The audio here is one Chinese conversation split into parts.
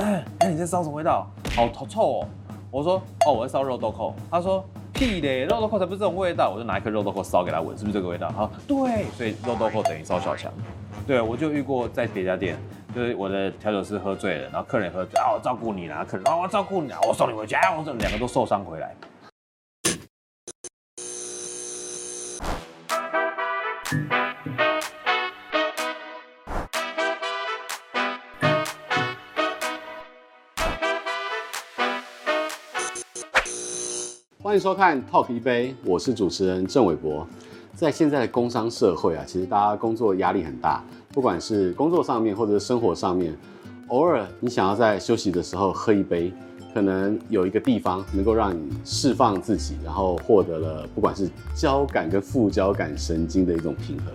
哎你在烧什么味道？好好臭哦！我说哦，我在烧肉豆蔻。他说屁嘞，肉豆蔻才不是这种味道。我就拿一颗肉豆蔻烧给他闻，是不是这个味道？他说对，所以肉豆蔻等于烧小强。对，我就遇过在别家店，就是我的调酒师喝醉了，然后客人也喝醉啊，我照顾你啦，客人啊，我照顾你啦，我送你回家，啊我送两个都受伤回来。欢迎收看《Talk 一杯》，我是主持人郑伟博。在现在的工商社会啊，其实大家工作压力很大，不管是工作上面或者是生活上面，偶尔你想要在休息的时候喝一杯，可能有一个地方能够让你释放自己，然后获得了不管是交感跟副交感神经的一种平衡。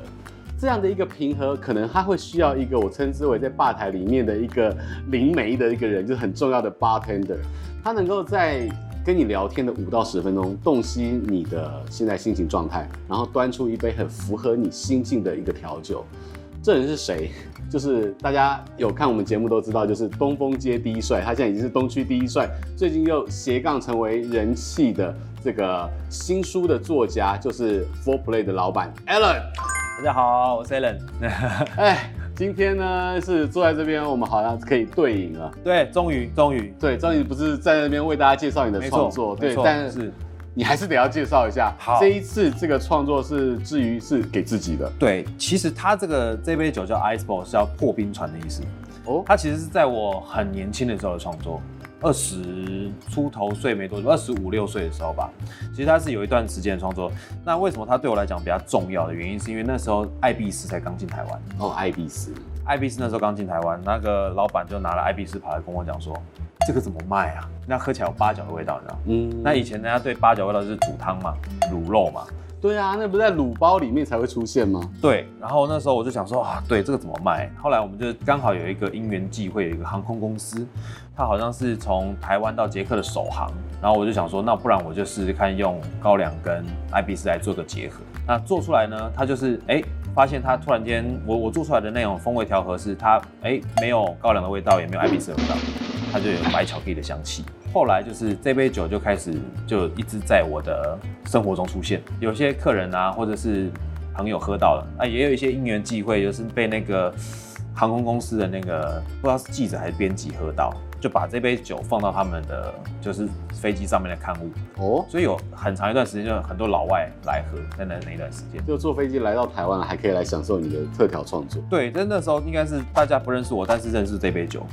这样的一个平和，可能他会需要一个我称之为在吧台里面的一个灵媒的一个人，就是很重要的 bartender，他能够在跟你聊天的五到十分钟，洞悉你的现在心情状态，然后端出一杯很符合你心境的一个调酒。这人是谁？ 就是大家有看我们节目都知道，就是东风街第一帅，他现在已经是东区第一帅，最近又斜杠成为人气的这个新书的作家，就是 Four Play 的老板 Alan。 大家好，我是 Alan。 哎，今天呢是坐在这边，我们好像可以对影了。对，终于终于，对，张宇不是在那边为大家介绍你的没创错作，，没对，错但是你还是得要介绍一下。好这一次这个创作是至于是给自己的对。其实他这个这杯酒叫 Ice Ball，是要破冰船的意思。哦，它其实是在我很年轻的时候的创作，二十出头岁没多久，二十五六岁的时候吧。其实它是有一段时间的创作。那为什么它对我来讲比较重要的原因，是因为那时候艾必斯才刚进台湾，哦，爱必斯，艾必斯那时候刚进台湾，那个老板就拿了艾必斯牌来跟我讲说，这个怎么卖啊？那喝起来有八角的味道，你知道吗？嗯那以前人家对八角味道就是煮汤嘛，卤肉嘛，对啊，那不是在卤包里面才会出现吗？对，然后那时候我就想说啊，对这个怎么卖？后来我们就刚好有一个因缘际会，有一个航空公司，它好像是从台湾到捷克的首航，然后我就想说，那不然我就试试看用高粱跟艾比斯来做个结合。那做出来呢，它就是哎，发现它突然间，我我做出来的那种风味调和是它哎没有高粱的味道，也没有艾比斯的味道，它就有白巧克力的香气。后来就是这杯酒就开始就一直在我的生活中出现，有些客人啊，或者是朋友喝到了，啊，也有一些因缘际会，就是被那个航空公司的那个不知道是记者还是编辑喝到，就把这杯酒放到他们的就是飞机上面的刊物，哦，所以有很长一段时间，就有很多老外来喝，在那那一段时间。就坐飞机来到台湾了，还可以来享受你的特调创作。对，但那时候应该是大家不认识我，但是认识这杯酒，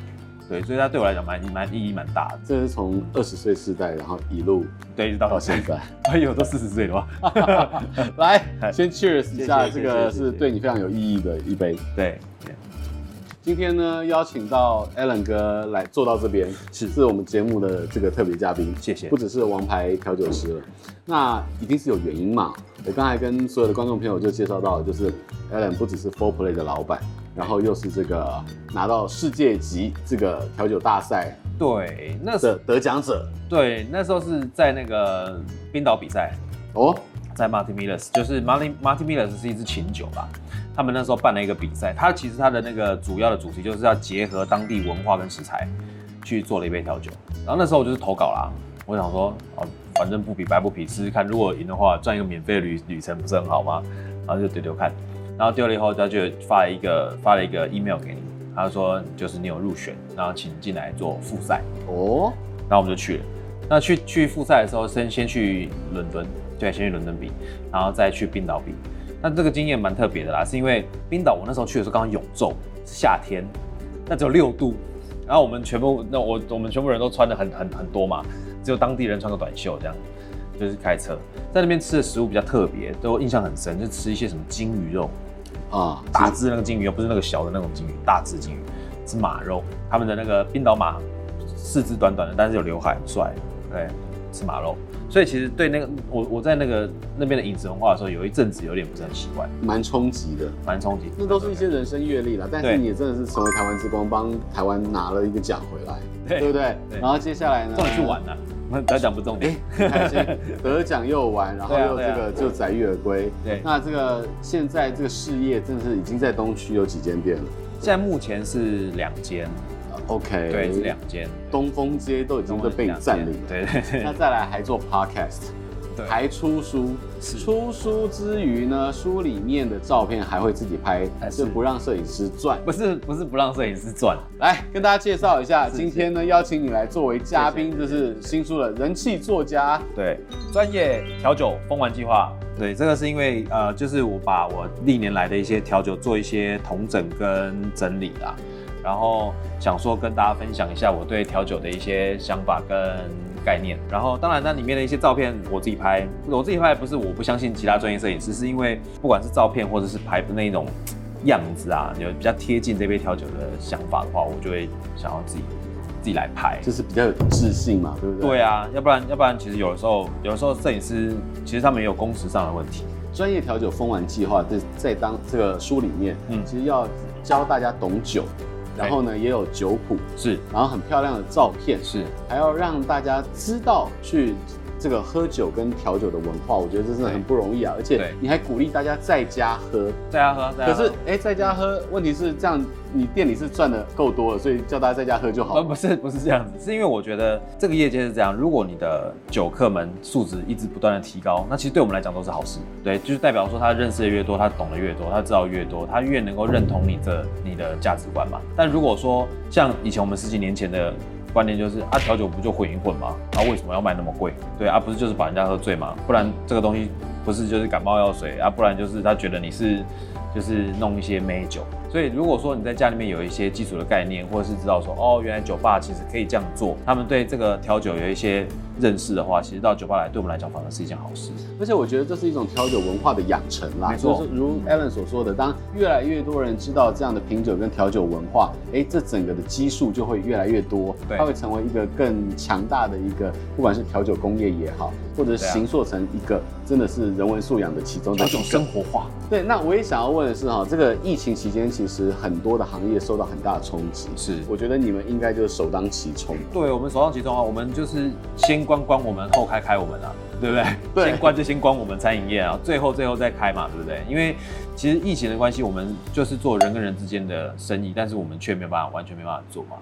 对，所以它对我来讲蛮蛮意义蛮大的。这是从二十岁世代，然后一路对，一直到到现现 在。在，哎呦，都四十岁了吧？来，先 cheers 一下，哎谢谢这个谢谢是对你非常有意义的一杯。 对，今天呢，邀请到 Alan 哥来坐到这边，是是我们节目的这个特别嘉宾，谢谢不。只是王牌调酒师了，那一定是有原因嘛。我刚才跟所有的观众朋友就介绍到，就是 Alan 不只是 Four Play 的老板，然后又是这个拿到世界级这个调酒大赛对，那时的得奖者对那时候是在那个冰岛比赛，哦。在 Martin Millers，就是 Martin Martin Millers 是一支琴酒吧，他们那时候办了一个比赛，它其实它的那个主要的主题就是要结合当地文化跟食材去做了一杯调酒。然后那时候我就是投稿啦，我想说啊，反正不比白不比，试试看，如果赢的话赚一个免费的旅旅程不是很好吗？然后就丢丢看，然后丢了以后他就发了一个发了一个 email 给你，他说就是你有入选，然后请进来做复赛。哦，然后我们就去了。那去去复赛的时候，先先去伦敦，对，先去伦敦比，然后再去冰岛比。那这个经验蛮特别的啦，是因为冰岛我那时候去的时候刚好永昼，是夏天，那只有六度，然后我们全部那我我们全部人都穿的很很很多嘛，只有当地人穿个短袖这样，就是开车在那边吃的食物比较特别，对我印象很深，就吃一些什么鲸鱼肉，啊，大只那个鲸鱼，不是那个小的那种鲸鱼，大只鲸鱼是马肉，他们的那个冰岛马四肢短短的，但是有刘海，很帅，对，吃马肉。所以其实对那个我我在那个那边的饮食文化的时候，有一阵子有点不是很习惯，蛮冲击的。蛮冲击。那都是一些人生阅历了，但是对你也真的是成为台湾之光，帮台湾拿了一个奖回来，对对不对？对然后接下来呢？重点去玩了、那不要讲不重点。很开心，得奖又玩，然后对啊又对这啊个就载誉而归。对那这个现在这个事业真的是已经在东区有几间店了，现在目前是两间，呃 OK，对，这两间东风街都已经都被你占领了。对对对那再来还做 podcast，对，还出书。是出书之余呢，书里面的照片还会自己拍，哎是就不让摄影师赚。不是不是不让摄影师赚，来跟大家介绍一下，是今天呢邀请你来作为嘉宾，谢就谢是新书的人气作家。对，专业调酒疯玩计划。对，这个是因为呃，就是我把我历年来的一些调酒做一些统整跟整理啦，然后想说跟大家分享一下我对调酒的一些想法跟概念。然后当然那里面的一些照片我自己拍，我自己拍不是我不相信其他专业摄影师，是因为不管是照片或者是拍的那种样子啊，有比较贴近这杯调酒的想法的话，我就会想要自己自己来拍。就是比较有自信嘛，对不对？对啊，要不然要不然，其实有的时候，有的时候摄影师其实他们也有工时上的问题。专业调酒疯玩计划在在当这个书里面，嗯其实要教大家懂酒，然后呢也有酒谱，是然后很漂亮的照片，是，还要让大家知道去这个喝酒跟调酒的文化，我觉得这真的很不容易啊！而且对你还鼓励大家在家喝，在家喝，在可家喝。是哎、在家喝，问题是这样，你店里是赚的够多了，所以叫大家在家喝就好呃，了。不是不是这样子，是因为我觉得这个业界是这样，如果你的酒客们素质一直不断的提高，那其实对我们来讲都是好事。对，就是代表说他认识的越多，他懂得越多，他知道越多，他越能够认同你这你的价值观嘛。但如果说像以前我们十几年前的。观念就是啊，调酒不就混一混吗？啊，为什么要卖那么贵？对啊，不是就是把人家喝醉吗？不然这个东西不是就是感冒药水啊，不然就是他觉得你是就是弄一些美酒。所以如果说你在家里面有一些基础的概念，或者是知道说哦，原来酒吧其实可以这样做，他们对这个调酒有一些认识的话，其实到酒吧来对我们来讲反而是一件好事。而且我觉得这是一种调酒文化的养成啦，没错就是如 Alan 所说的，当越来越多人知道这样的品酒跟调酒文化，哎，这整个的基数就会越来越多，对它会成为一个更强大的一个，不管是调酒工业也好，或者对啊形塑成一个真的是人文素养的其中的调一酒个。生活化，对，那我也想要问的是哈，这个疫情期间其实很多的行业受到很大的冲击，是我觉得你们应该就是首当其冲。对我们首当其冲啊，我们就是先关关我们，后开开我们啊，对不对？对先关就先关我们餐饮业啊，最后最后再开嘛，对不对？因为其实疫情的关系，我们就是做人跟人之间的生意，但是我们却没有办法完全没办法做嘛，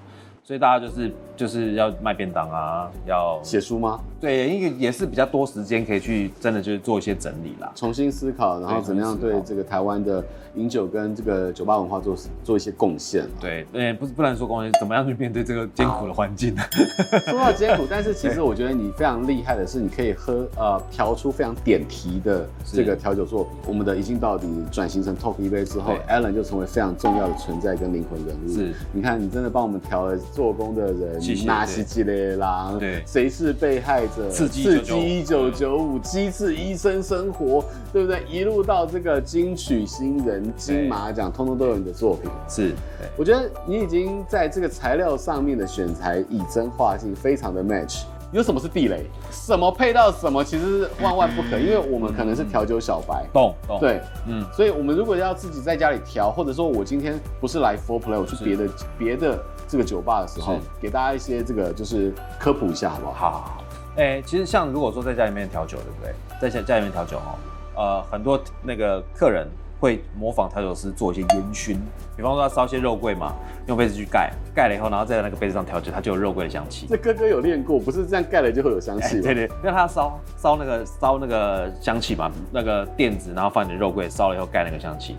所以大家就是就是要卖便当啊，要写书吗？对，因为也是比较多时间可以去真的就是做一些整理啦。重新思考，然后怎么样对这个台湾的饮酒跟这个酒吧文化做做一些贡献。对，呃，不是不能说光怎么样去面对这个艰苦的环境呢？ 说到艰苦，但是其实我觉得你非常厉害的是，你可以喝呃调出非常点题的这个调酒作品。我们的一镜到底转型成 Talk 一杯之后对，Alan 就成为非常重要的存在跟灵魂人物。是，你看你真的帮我们调了做工的人谢谢纳西基雷郎，对谁是被害者？刺激刺1995激一九九五，嗯机智医生生活，对不对？一路到这个金曲新人、金马奖，通通都有你的作品。是，对，我觉得你已经在这个材料上面的选材以真化性非常的 match。有什么是地雷？什么配到什么，其实是万万不可，因为我们可能是调酒小白，动动，，对，嗯，所以我们如果要自己在家里调，或者说我今天不是来 for play，我去别的别的这个酒吧的时候是，给大家一些这个就是科普一下，好不好？好好好。哎、其实像如果说在家里面调酒，对不对？在家家里面调酒哦，呃，很多那个客人会模仿调酒师做一些烟熏，比方说他烧一些肉桂嘛，用杯子去盖，盖了以后，然后在那个杯子上调酒，它就有肉桂的香气。这哥哥有练过，不是这样盖了就会有香气哎吧。对对，让它烧烧那个烧那个香气嘛，那个垫子，然后放你的肉桂，烧了以后盖那个香气。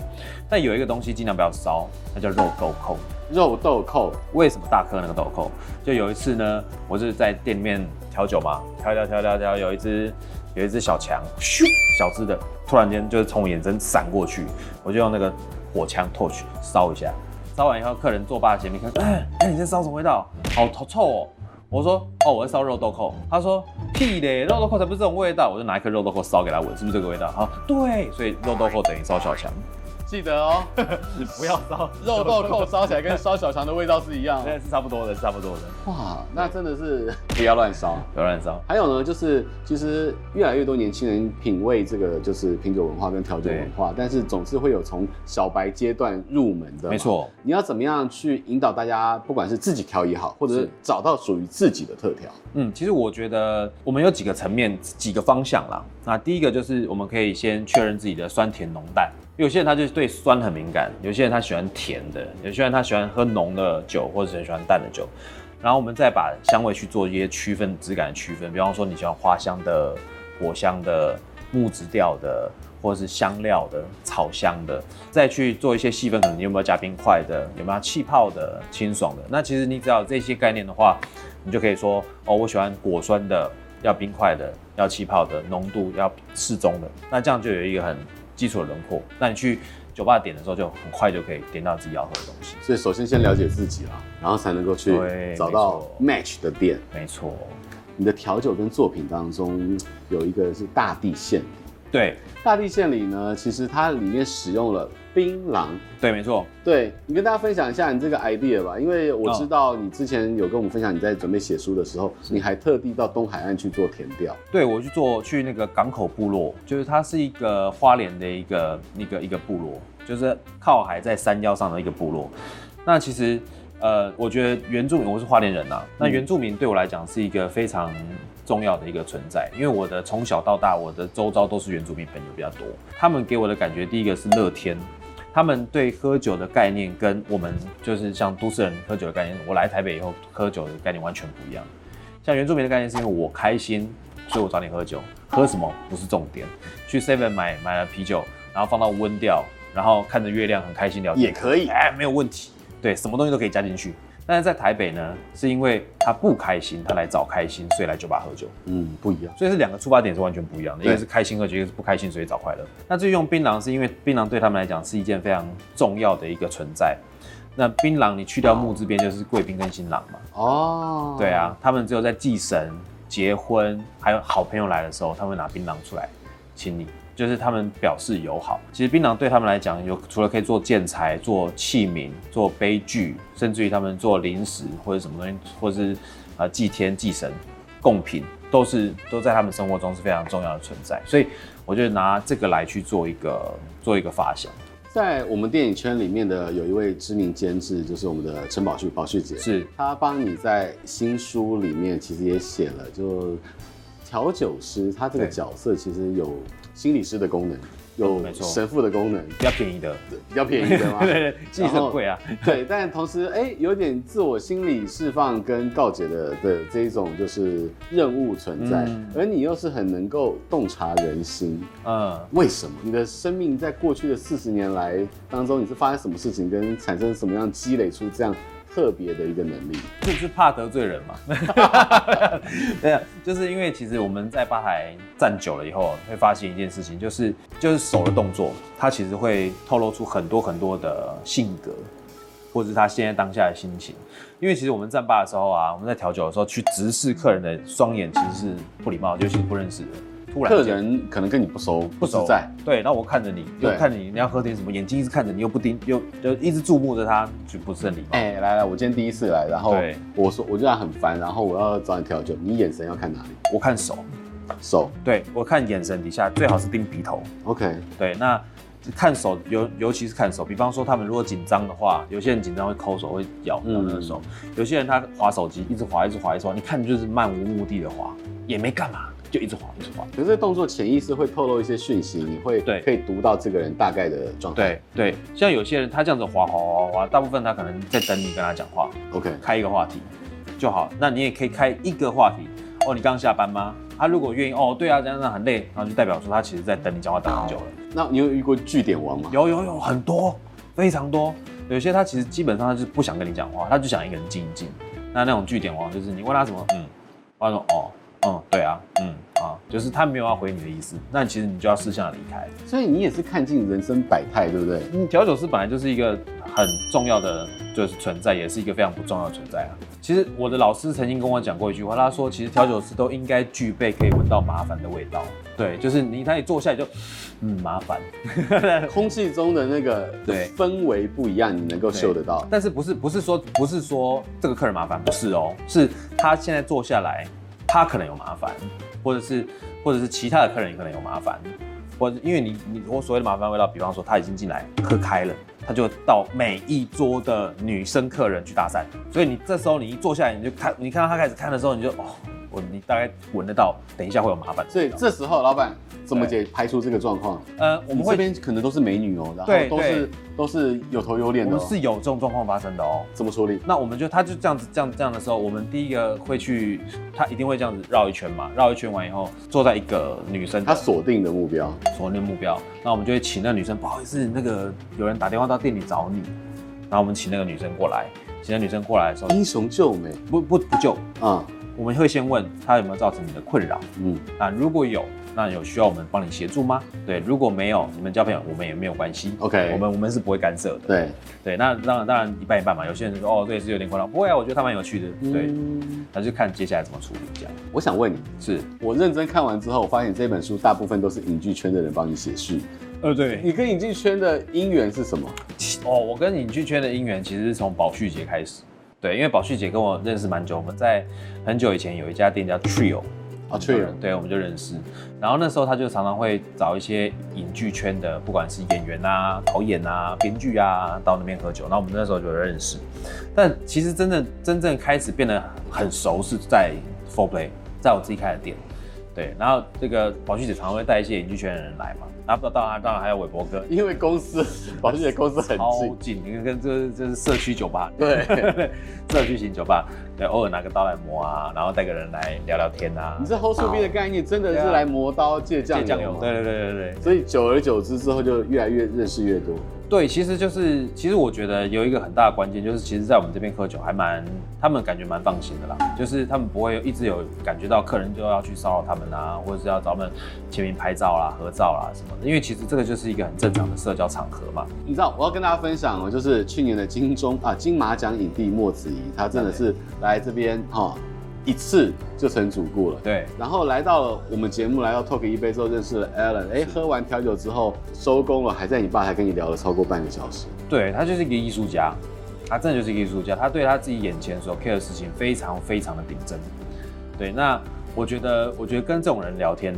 但有一个东西尽量不要烧，那叫肉豆蔻。肉豆蔻，为什么大颗那个豆蔻？就有一次呢，我就是在店里面调酒嘛，调调调调调，有一只有一只小强，咻，小只的，突然间就是从我眼睛闪过去，我就用那个火枪 torch 烧一下，烧完以后，客人坐吧前面看，哎、哎，你在烧什么味道？好好臭哦！我说哦，我在烧肉豆蔻。他说屁嘞，肉豆蔻才不是这种味道。我就拿一颗肉豆蔻烧给他闻，是不是这个味道？好，对，所以肉豆蔻等于烧小强，记得哦，不要 烧肉豆蔻烧起来跟烧小肠的味道是一样哦。对，是差不多的，是差不多的，哇，那真的是不要乱烧。不要乱烧。还有呢，就是其实越来越多年轻人品味这个就是品酒文化跟调酒文化，但是总是会有从小白阶段入门的。没，错，你要怎么样去引导大家，不管是自己调也好，或者是是找到属于自己的特调。嗯，其实我觉得我们有几个层面、几个方向啦。那第一个就是我们可以先确认自己的酸甜浓淡。有些人他就是对酸很敏感，有些人他喜欢甜的，有些人他喜欢喝浓的酒，或者是喜欢淡的酒。然后我们再把香味去做一些区分、质感的区分，比方说你喜欢花香的、果香的、木质调的，或者是香料的、草香的，再去做一些细分，可能你有没有加冰块的，有没有气泡的、清爽的。那其实你只要有这些概念的话，你就可以说哦，我喜欢果酸的，要冰块的，要气泡的，浓度要适中的。那这样就有一个很基础的轮廓。那你去酒吧点的时候，就很快就可以点到自己要喝的东西。所以首先先了解自己啦，然后才能够去对找没到错 match 的店。没错，你的调酒跟作品当中有一个是大地献礼，对大地献礼呢，其实它里面使用了槟榔。对，没错。对你跟大家分享一下你这个哦 idea 吧，因为我知道你之前有跟我们分享你在准备写书的时候，你还特地到东海岸去做填调。对，我去做去那个港口部落，就是它是一个花莲的一个一个一个部落，就是靠海在山腰上的一个部落。那其实呃，我觉得原住民，我是花莲人呐、嗯那原住民对我来讲是一个非常重要的一个存在，因为我的从小到大，我的周遭都是原住民朋友比较多，他们给我的感觉，第一个是乐天。他们对喝酒的概念跟我们就是像都市人喝酒的概念，我来台北以后喝酒的概念完全不一样。像原住民的概念是因为我开心，所以我找你喝酒，喝什么不是重点。去 Seven 买买了啤酒，然后放到温掉，然后看着月亮很开心聊天也可以哎，没有问题。对，什么东西都可以加进去。但是在台北呢，是因为他不开心，他来找开心，所以来酒吧喝酒。嗯，不一样。所以是两个出发点是完全不一样的，一对个是开心喝酒，一个是不开心所以找快乐。那至于用槟榔，是因为槟榔对他们来讲是一件非常重要的一个存在。那槟榔你去掉木字边就是贵宾跟新郎嘛，哦，对啊，，他们只有在祭神、结婚，还有好朋友来的时候，他们会拿槟榔出来请你，就是他们表示友好。其实槟榔对他们来讲，有除了可以做建材、做器皿、做杯具，甚至于他们做零食或者什么东西，或是啊祭天、祭神、贡品，都是都在他们生活中是非常重要的存在。所以，我就拿这个来去做一个做一个发想，在我们电影圈里面的有一位知名监制，就是我们的陈宝旭，宝旭姐，是他帮你在新书里面其实也写了，就调酒师他这个对角色其实有心理师的功能，有没错神父的功能，比较便宜的，比较便宜的嘛。 对对对，祭神贵啊， 对，但同时哎、有点自我心理释放跟告解的的这一种就是任务存在，嗯而你又是很能够洞察人心，嗯。为什么？你的生命在过去的四十年来当中，你是发生什么事情，跟产生什么样积累出这样特别的一个能力？就是怕得罪人 嘛。对啊，就是因为其实我们在吧台站久了以后，会发现一件事情，就是就是手的动作，它其实会透露出很多很多的性格，或者是他现在当下的心情。因为其实我们站吧的时候啊，我们在调酒的时候去直视客人的双眼，其实是不礼貌，尤其是不认识的。突然客间人可能跟你不熟，不不实熟在，对，然后我看着你，又对看着你，你要喝点什么，眼睛一直看着你，又不盯，又又一直注目着他，就不是很礼貌。哎、来来，我今天第一次来，然后对我说我就让很烦，然后我要找你调酒，你眼神要看哪里？我看手，手对我看眼神底下，最好是盯鼻头。 ，OK，对，那看手尤尤其是看手，比方说他们如果紧张的话，有些人紧张会抠手，会咬嗯咬那个手；有些人他划手机，一直划，一直划，一直划，你看就是漫无目的的划，也没干嘛，就一直划，一直划。可是这动作潜意识会透露一些讯息，你会对可以读到这个人大概的状态。对对，像有些人他这样子划划划划划，大部分他可能在等你跟他讲话，对，OK，开一个话题就好。那你也可以开一个话题，哦，你刚下班吗？他如果愿意，哦，对啊，这样这样很累，然后就代表说他其实在等你讲话等很久了。那你有遇过据点王吗？有有有很多，非常多。有些他其实基本上他就是不想跟你讲话，他就想一个人静一静。那那种据点王就是你问他什么，嗯，他说哦，嗯，对啊，嗯啊，就是他没有要回你的意思。那其实你就要适向地离开。所以你也是看尽人生百态，对 不对？嗯，调酒师本来就是一个很重要的就是存在，也是一个非常不重要的存在啊。其实我的老师曾经跟我讲过一句话，他说其实调酒师都应该具备可以闻到麻烦的味道。对，就是你他一坐下来就，嗯，麻烦。空气中的那个对氛围不一样，你能够对嗅得到。但是不是不是说不是说这个客人麻烦，不是哦，是他现在坐下来，他可能有麻烦，或者是或者是其他的客人也可能有麻烦，或者因为你你我所谓的麻烦味道，比方说他已经进来喝开了。他就到每一桌的女生客人去搭讪，所以你这时候你一坐下来，你就看，你看到他开始看的时候，你就哦，我你大概闻得到，等一下会有麻烦。所以这时候老板怎么解排除这个状况？呃，我我们们这会边可能都是美女哦，然对后都是都是有头有脸我的、们哦，是有这种状况发生的哦。怎么处理？那我们就他就这样子这样这样的时候，我们第一个会去，他一定会这样子绕一圈嘛，绕一圈完以后，坐在一个女生他的锁定的目标，锁定目标，那我们就会请那个女生，不好意思，那个有人打电话到店里找你，然后我们请那个女生过来，请那女生过来的时候，英雄救美不不不救，啊，我们会先问她有没有造成你的困扰，嗯，那如果有，那有需要我们帮你协助吗？对，如果没有，你们交朋友我们也没有关系 OK 我们我们是不会干涉的。对，对，那当然当然一半一半嘛，有些人就说哦，这也是有点困扰，不会啊，我觉得他蛮有趣的，对，嗯那就看接下来怎么处理这样。我想问你，是，我认真看完之后，我发现这本书大部分都是影剧圈的人帮你写序，呃，对，你跟影剧圈的姻缘是什么？哦，我跟影剧圈的姻缘其实是从宝旭姐开始。对，因为宝旭姐跟我认识蛮久，我们在很久以前有一家店叫 Trio，啊，确认，对，我们就认识。然后那时候他就常常会找一些影剧圈的，不管是演员啊、导演啊、编剧啊，到那边喝酒。然后我们那时候就有认识，但其实真的真正开始变得很熟是在 Four Play，在我自己开的店。对，然后这个宝旭姐常常会带一些影剧圈的人来嘛，然后当然当然还有韦伯哥，因为公司，宝姐公司很超近，近，你看这这是社区酒吧，对， 社区型酒吧，对，偶尔拿个刀来磨啊，然后带个人来聊聊天啊你，这 hold 住 B 的概念真的是对啊来磨刀借借酱酱油油吗，对对对对对。所以久而久之之后就越来越认识越多，对，其实就是，其实我觉得有一个很大的关键就是，其实，在我们这边喝酒还蛮，他们感觉蛮放心的啦，就是他们不会一直有感觉到客人就要去骚扰他们啊，或者是要找他们签名拍照啦、合照啦什么的，因为其实这个就是一个很正常的社交场合嘛。你知道我要跟大家分享哦，就是去年的金钟啊金马奖影帝莫子仪，他真的是来这边哈、一次就成主顾了。对，然后来到了我们节目，来到 Talk 一杯之后认识了 Alan，哎，喝完调酒之后收工了，还在你爸还跟你聊了超过半个小时。对他就是一个艺术家，他真的就是一个艺术家，他对他自己眼前所 care 的事情非常非常的顶真。对，那我觉得，我觉得跟这种人聊天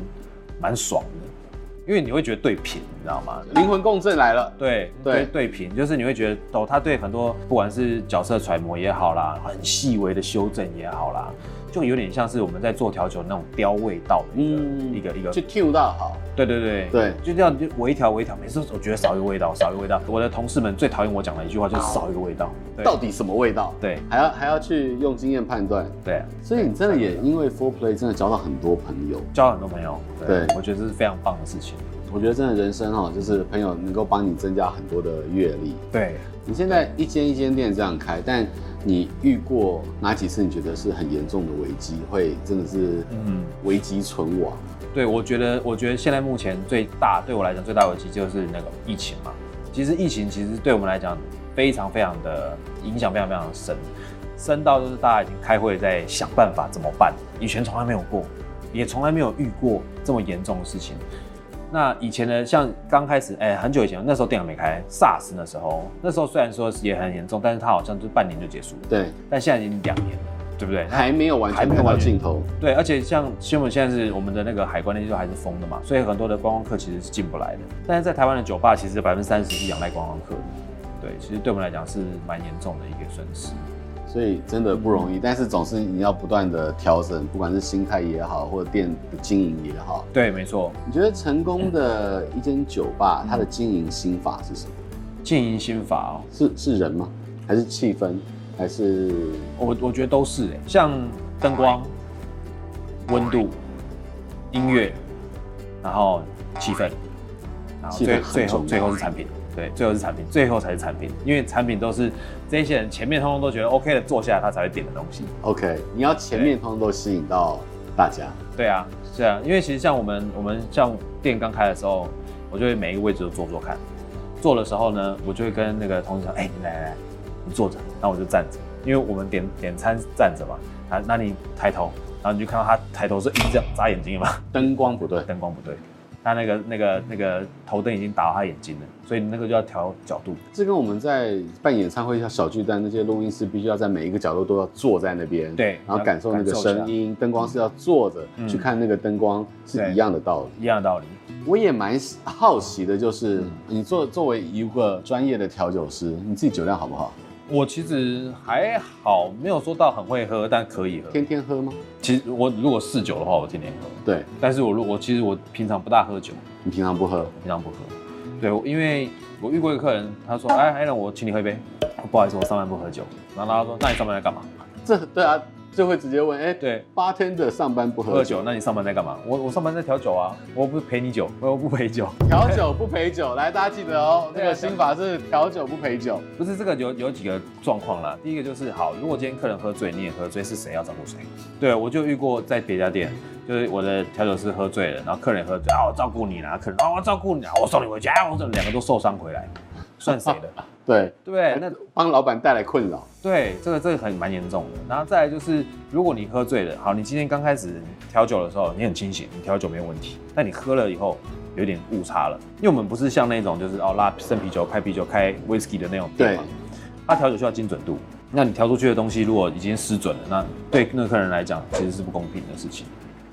蛮爽的，因为你会觉得对频，你知道吗？灵魂共振来了，对对对对平，就是你会觉得哦，他对很多不管是角色揣摩也好啦，很细微的修正也好啦，就有点像是我们在做调酒那种雕味道的一个、一个一个就 tune 嗯到好，对对嗯对对就这样就微调微调，每次我觉得少一个味道，少一个味道。我的同事们最讨厌我讲的一句话就是少一个味道，对到底什么味道？对还要还要去用经验判断。对，所以你真的也因为 Four Play 真的交到很多朋友，交很多朋友，对我觉得这是非常棒的事情，我觉得真的人生哈、哦，就是朋友能够帮你增加很多的阅历。对。你现在一间一间店这样开，但你遇过哪几次你觉得是很严重的危机，会真的是嗯危机存亡？对，我觉得，我觉得现在目前最大对我来讲最大的危机就是那个疫情嘛。其实疫情其实对我们来讲非常非常的影响非常非常的深，深到就是大家已经开会在想办法怎么办，以前从来没有过，也从来没有遇过这么严重的事情。那以前呢，像刚开始，哎、很久以前，那时候店还没开，SARS 那时候，那时候虽然说也很严重，但是它好像就半年就结束了，对，但现在已经两年了，对不对？还没有完全看到尽头。对，而且像新闻现在是我们的那个海关那些都还是封的嘛，所以很多的观光客其实是进不来的。但是在台湾的酒吧，其实百分之三十是仰赖观光客的，对，其实对我们来讲是蛮严重的一个损失。所以真的不容易，但是总是你要不断的调整，不管是心态也好，或者店的经营也好。对，没错，你觉得成功的一间酒吧，它的经营心法是什么？经营心法哦，是是人吗？还是气氛？还是我我觉得都是、欸，像灯光、温度、音乐，然后气氛，然后气氛最最很后重要最后是产品，对，最后是产品，最后才是产品，因为产品都是这些人前面通通都觉得 OK 的做下来，他才会点的东西。 OK？你要前面通通都吸引到大家。对啊，是啊，因为其实像我们我们像店刚开的时候，我就会每一个位置都坐坐看。坐的时候呢，我就会跟那个同事讲，哎、你来来来，你坐着，那我就站着，因为我们点点餐站着嘛，啊，那你抬头，然后你就看到他抬头是一直这样眨眼睛嘛， 灯光不对，灯光不对，他那个那个那个头灯已经打到他眼睛了，所以那个就要调角度。这跟我们在办演唱会、像小巨蛋那些录音师，必须要在每一个角落都要坐在那边，对然后感受那个感受一下声音，灯光是要坐着、嗯去看那个灯光是一样的道理。一样的道理，我也蛮嗯好奇的，就是、你作作为一个专业的调酒师，你自己酒量好不好？我其实还好，没有说到很会喝，但可以喝。天天喝吗？其实我如果试酒的话，我天天喝。对但是我如果其实我平常不大喝酒，你平常不喝，平常不喝。对，我因为我遇过一个客人，他说：“哎，艾伦，我请你喝一杯。”不好意思，我上班不喝酒。然后他说：“那你上班在干嘛这对啊，就会直接问，哎、？”对，八天的上班不不喝喝酒，酒。那你上班在干嘛？我我上班在调酒啊，我不是陪你酒，我又不陪酒。 调酒不陪酒， 来大家记得哦，那对个啊新法是调酒不陪酒。不是这个有有几个状况啦。第一个就是好，如果今天客人喝醉，你也喝醉，是谁要照顾谁？对我就遇过在别家店，就是我的调酒师喝醉了，然后客人也喝醉啊，我照顾你啦，客人啊，我照顾你啦，我送你回家，我这两个都受伤回来，算谁的？对，对不对？那帮老板带来困扰。对这个这个很蛮严重的。然后再来就是，如果你喝醉了，好，你今天刚开始调酒的时候你很清醒，你调酒没有问题，但你喝了以后。有点误差了，因为我们不是像那种就是哦拉生啤酒、开啤酒、开 whisky 的那种店对嘛，，它调酒需要精准度。那你调出去的东西如果已经失准了，那对那个客人来讲其实是不公平的事情。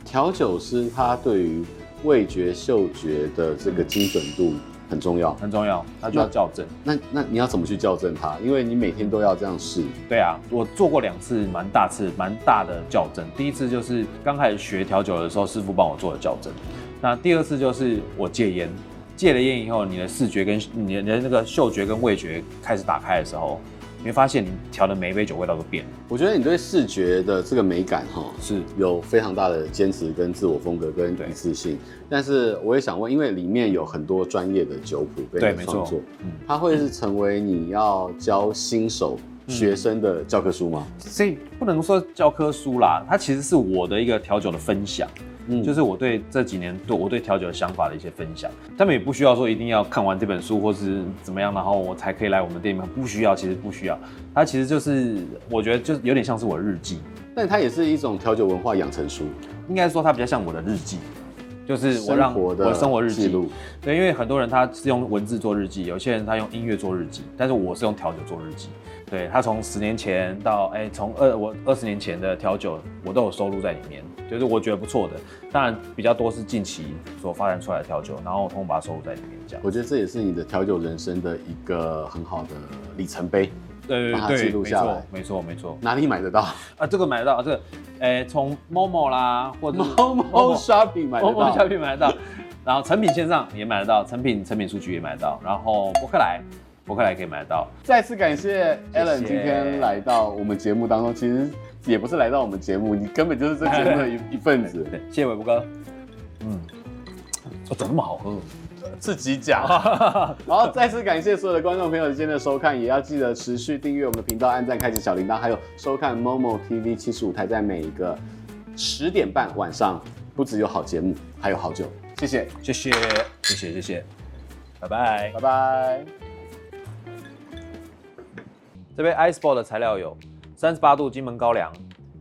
调酒师他对于味觉、嗅觉的这个精准度很重要。很重要，他就要校正。那那你要怎么去校正它？因为你每天都要这样试。对啊，我做过两次蛮大次蛮大的校正。第一次就是刚开始学调酒的时候，师傅帮我做的校正。那第二次就是我戒烟，戒了烟以后，你的视觉跟你的那个嗅觉跟味觉开始打开的时候，你会发现你调的每一杯酒味道都变了。我觉得你对视觉的这个美感哈、是有非常大的坚持跟自我风格跟对一致性。但是我也想问，因为里面有很多专业的酒谱对跟没你错创作，嗯它会是成为你要教新手学生的教科书吗？所以不能说教科书啦，它其实是我的一个调酒的分享。嗯，就是我对这几年对我对调酒的想法的一些分享。他们也不需要说一定要看完这本书或是怎么样，然后我才可以来我们店里面，不需要，其实不需要。它其实就是我觉得就是有点像是我的日记，嗯但它也是一种调酒文化养成书，应该说它比较像我的日记，就是我让生活我的的生活日记记录。对，因为很多人他是用文字做日记，有些人他用音乐做日记，但是我是用调酒做日记。对他从十年前到哎，从二我二十年前的调酒，我都有收录在里面，就是我觉得不错的。当然比较多是近期所发展出来的调酒，然后我通通把它收录在里面这样。我觉得这也是你的调酒人生的一个很好的里程碑。对把它记对对，录没下来错没错没错。哪里买 得到？啊，这个买得到，这个哎从 Momo 啦，或者是 Momo Shopping 买得我们到小。品买得到，然后成品线上也买得到，成品成品数据也买得到，然后博客来博客来可以买得到。再次感谢 Alan 谢今天来到我们节目当中，其实也不是来到我们节目，你根本就是这节目的一一份子，对， 谢谢伟博哥。嗯，哦，怎么那么好喝？ 自己讲。 然后再次感谢所有的观众朋友今天的收看，也要记得持续订阅我们的频道，按赞、开启小铃铛，还有收看 Momo TV 七十五台，在每一个十点半晚上，不只有好节目，还有好酒。谢谢，谢谢，谢谢，谢谢，拜拜拜。拜。这杯 Ice Ball 的材料有三十八度金门高粱、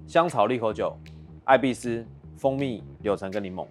香草利口酒、艾必斯、蜂蜜、柳橙跟柠檬。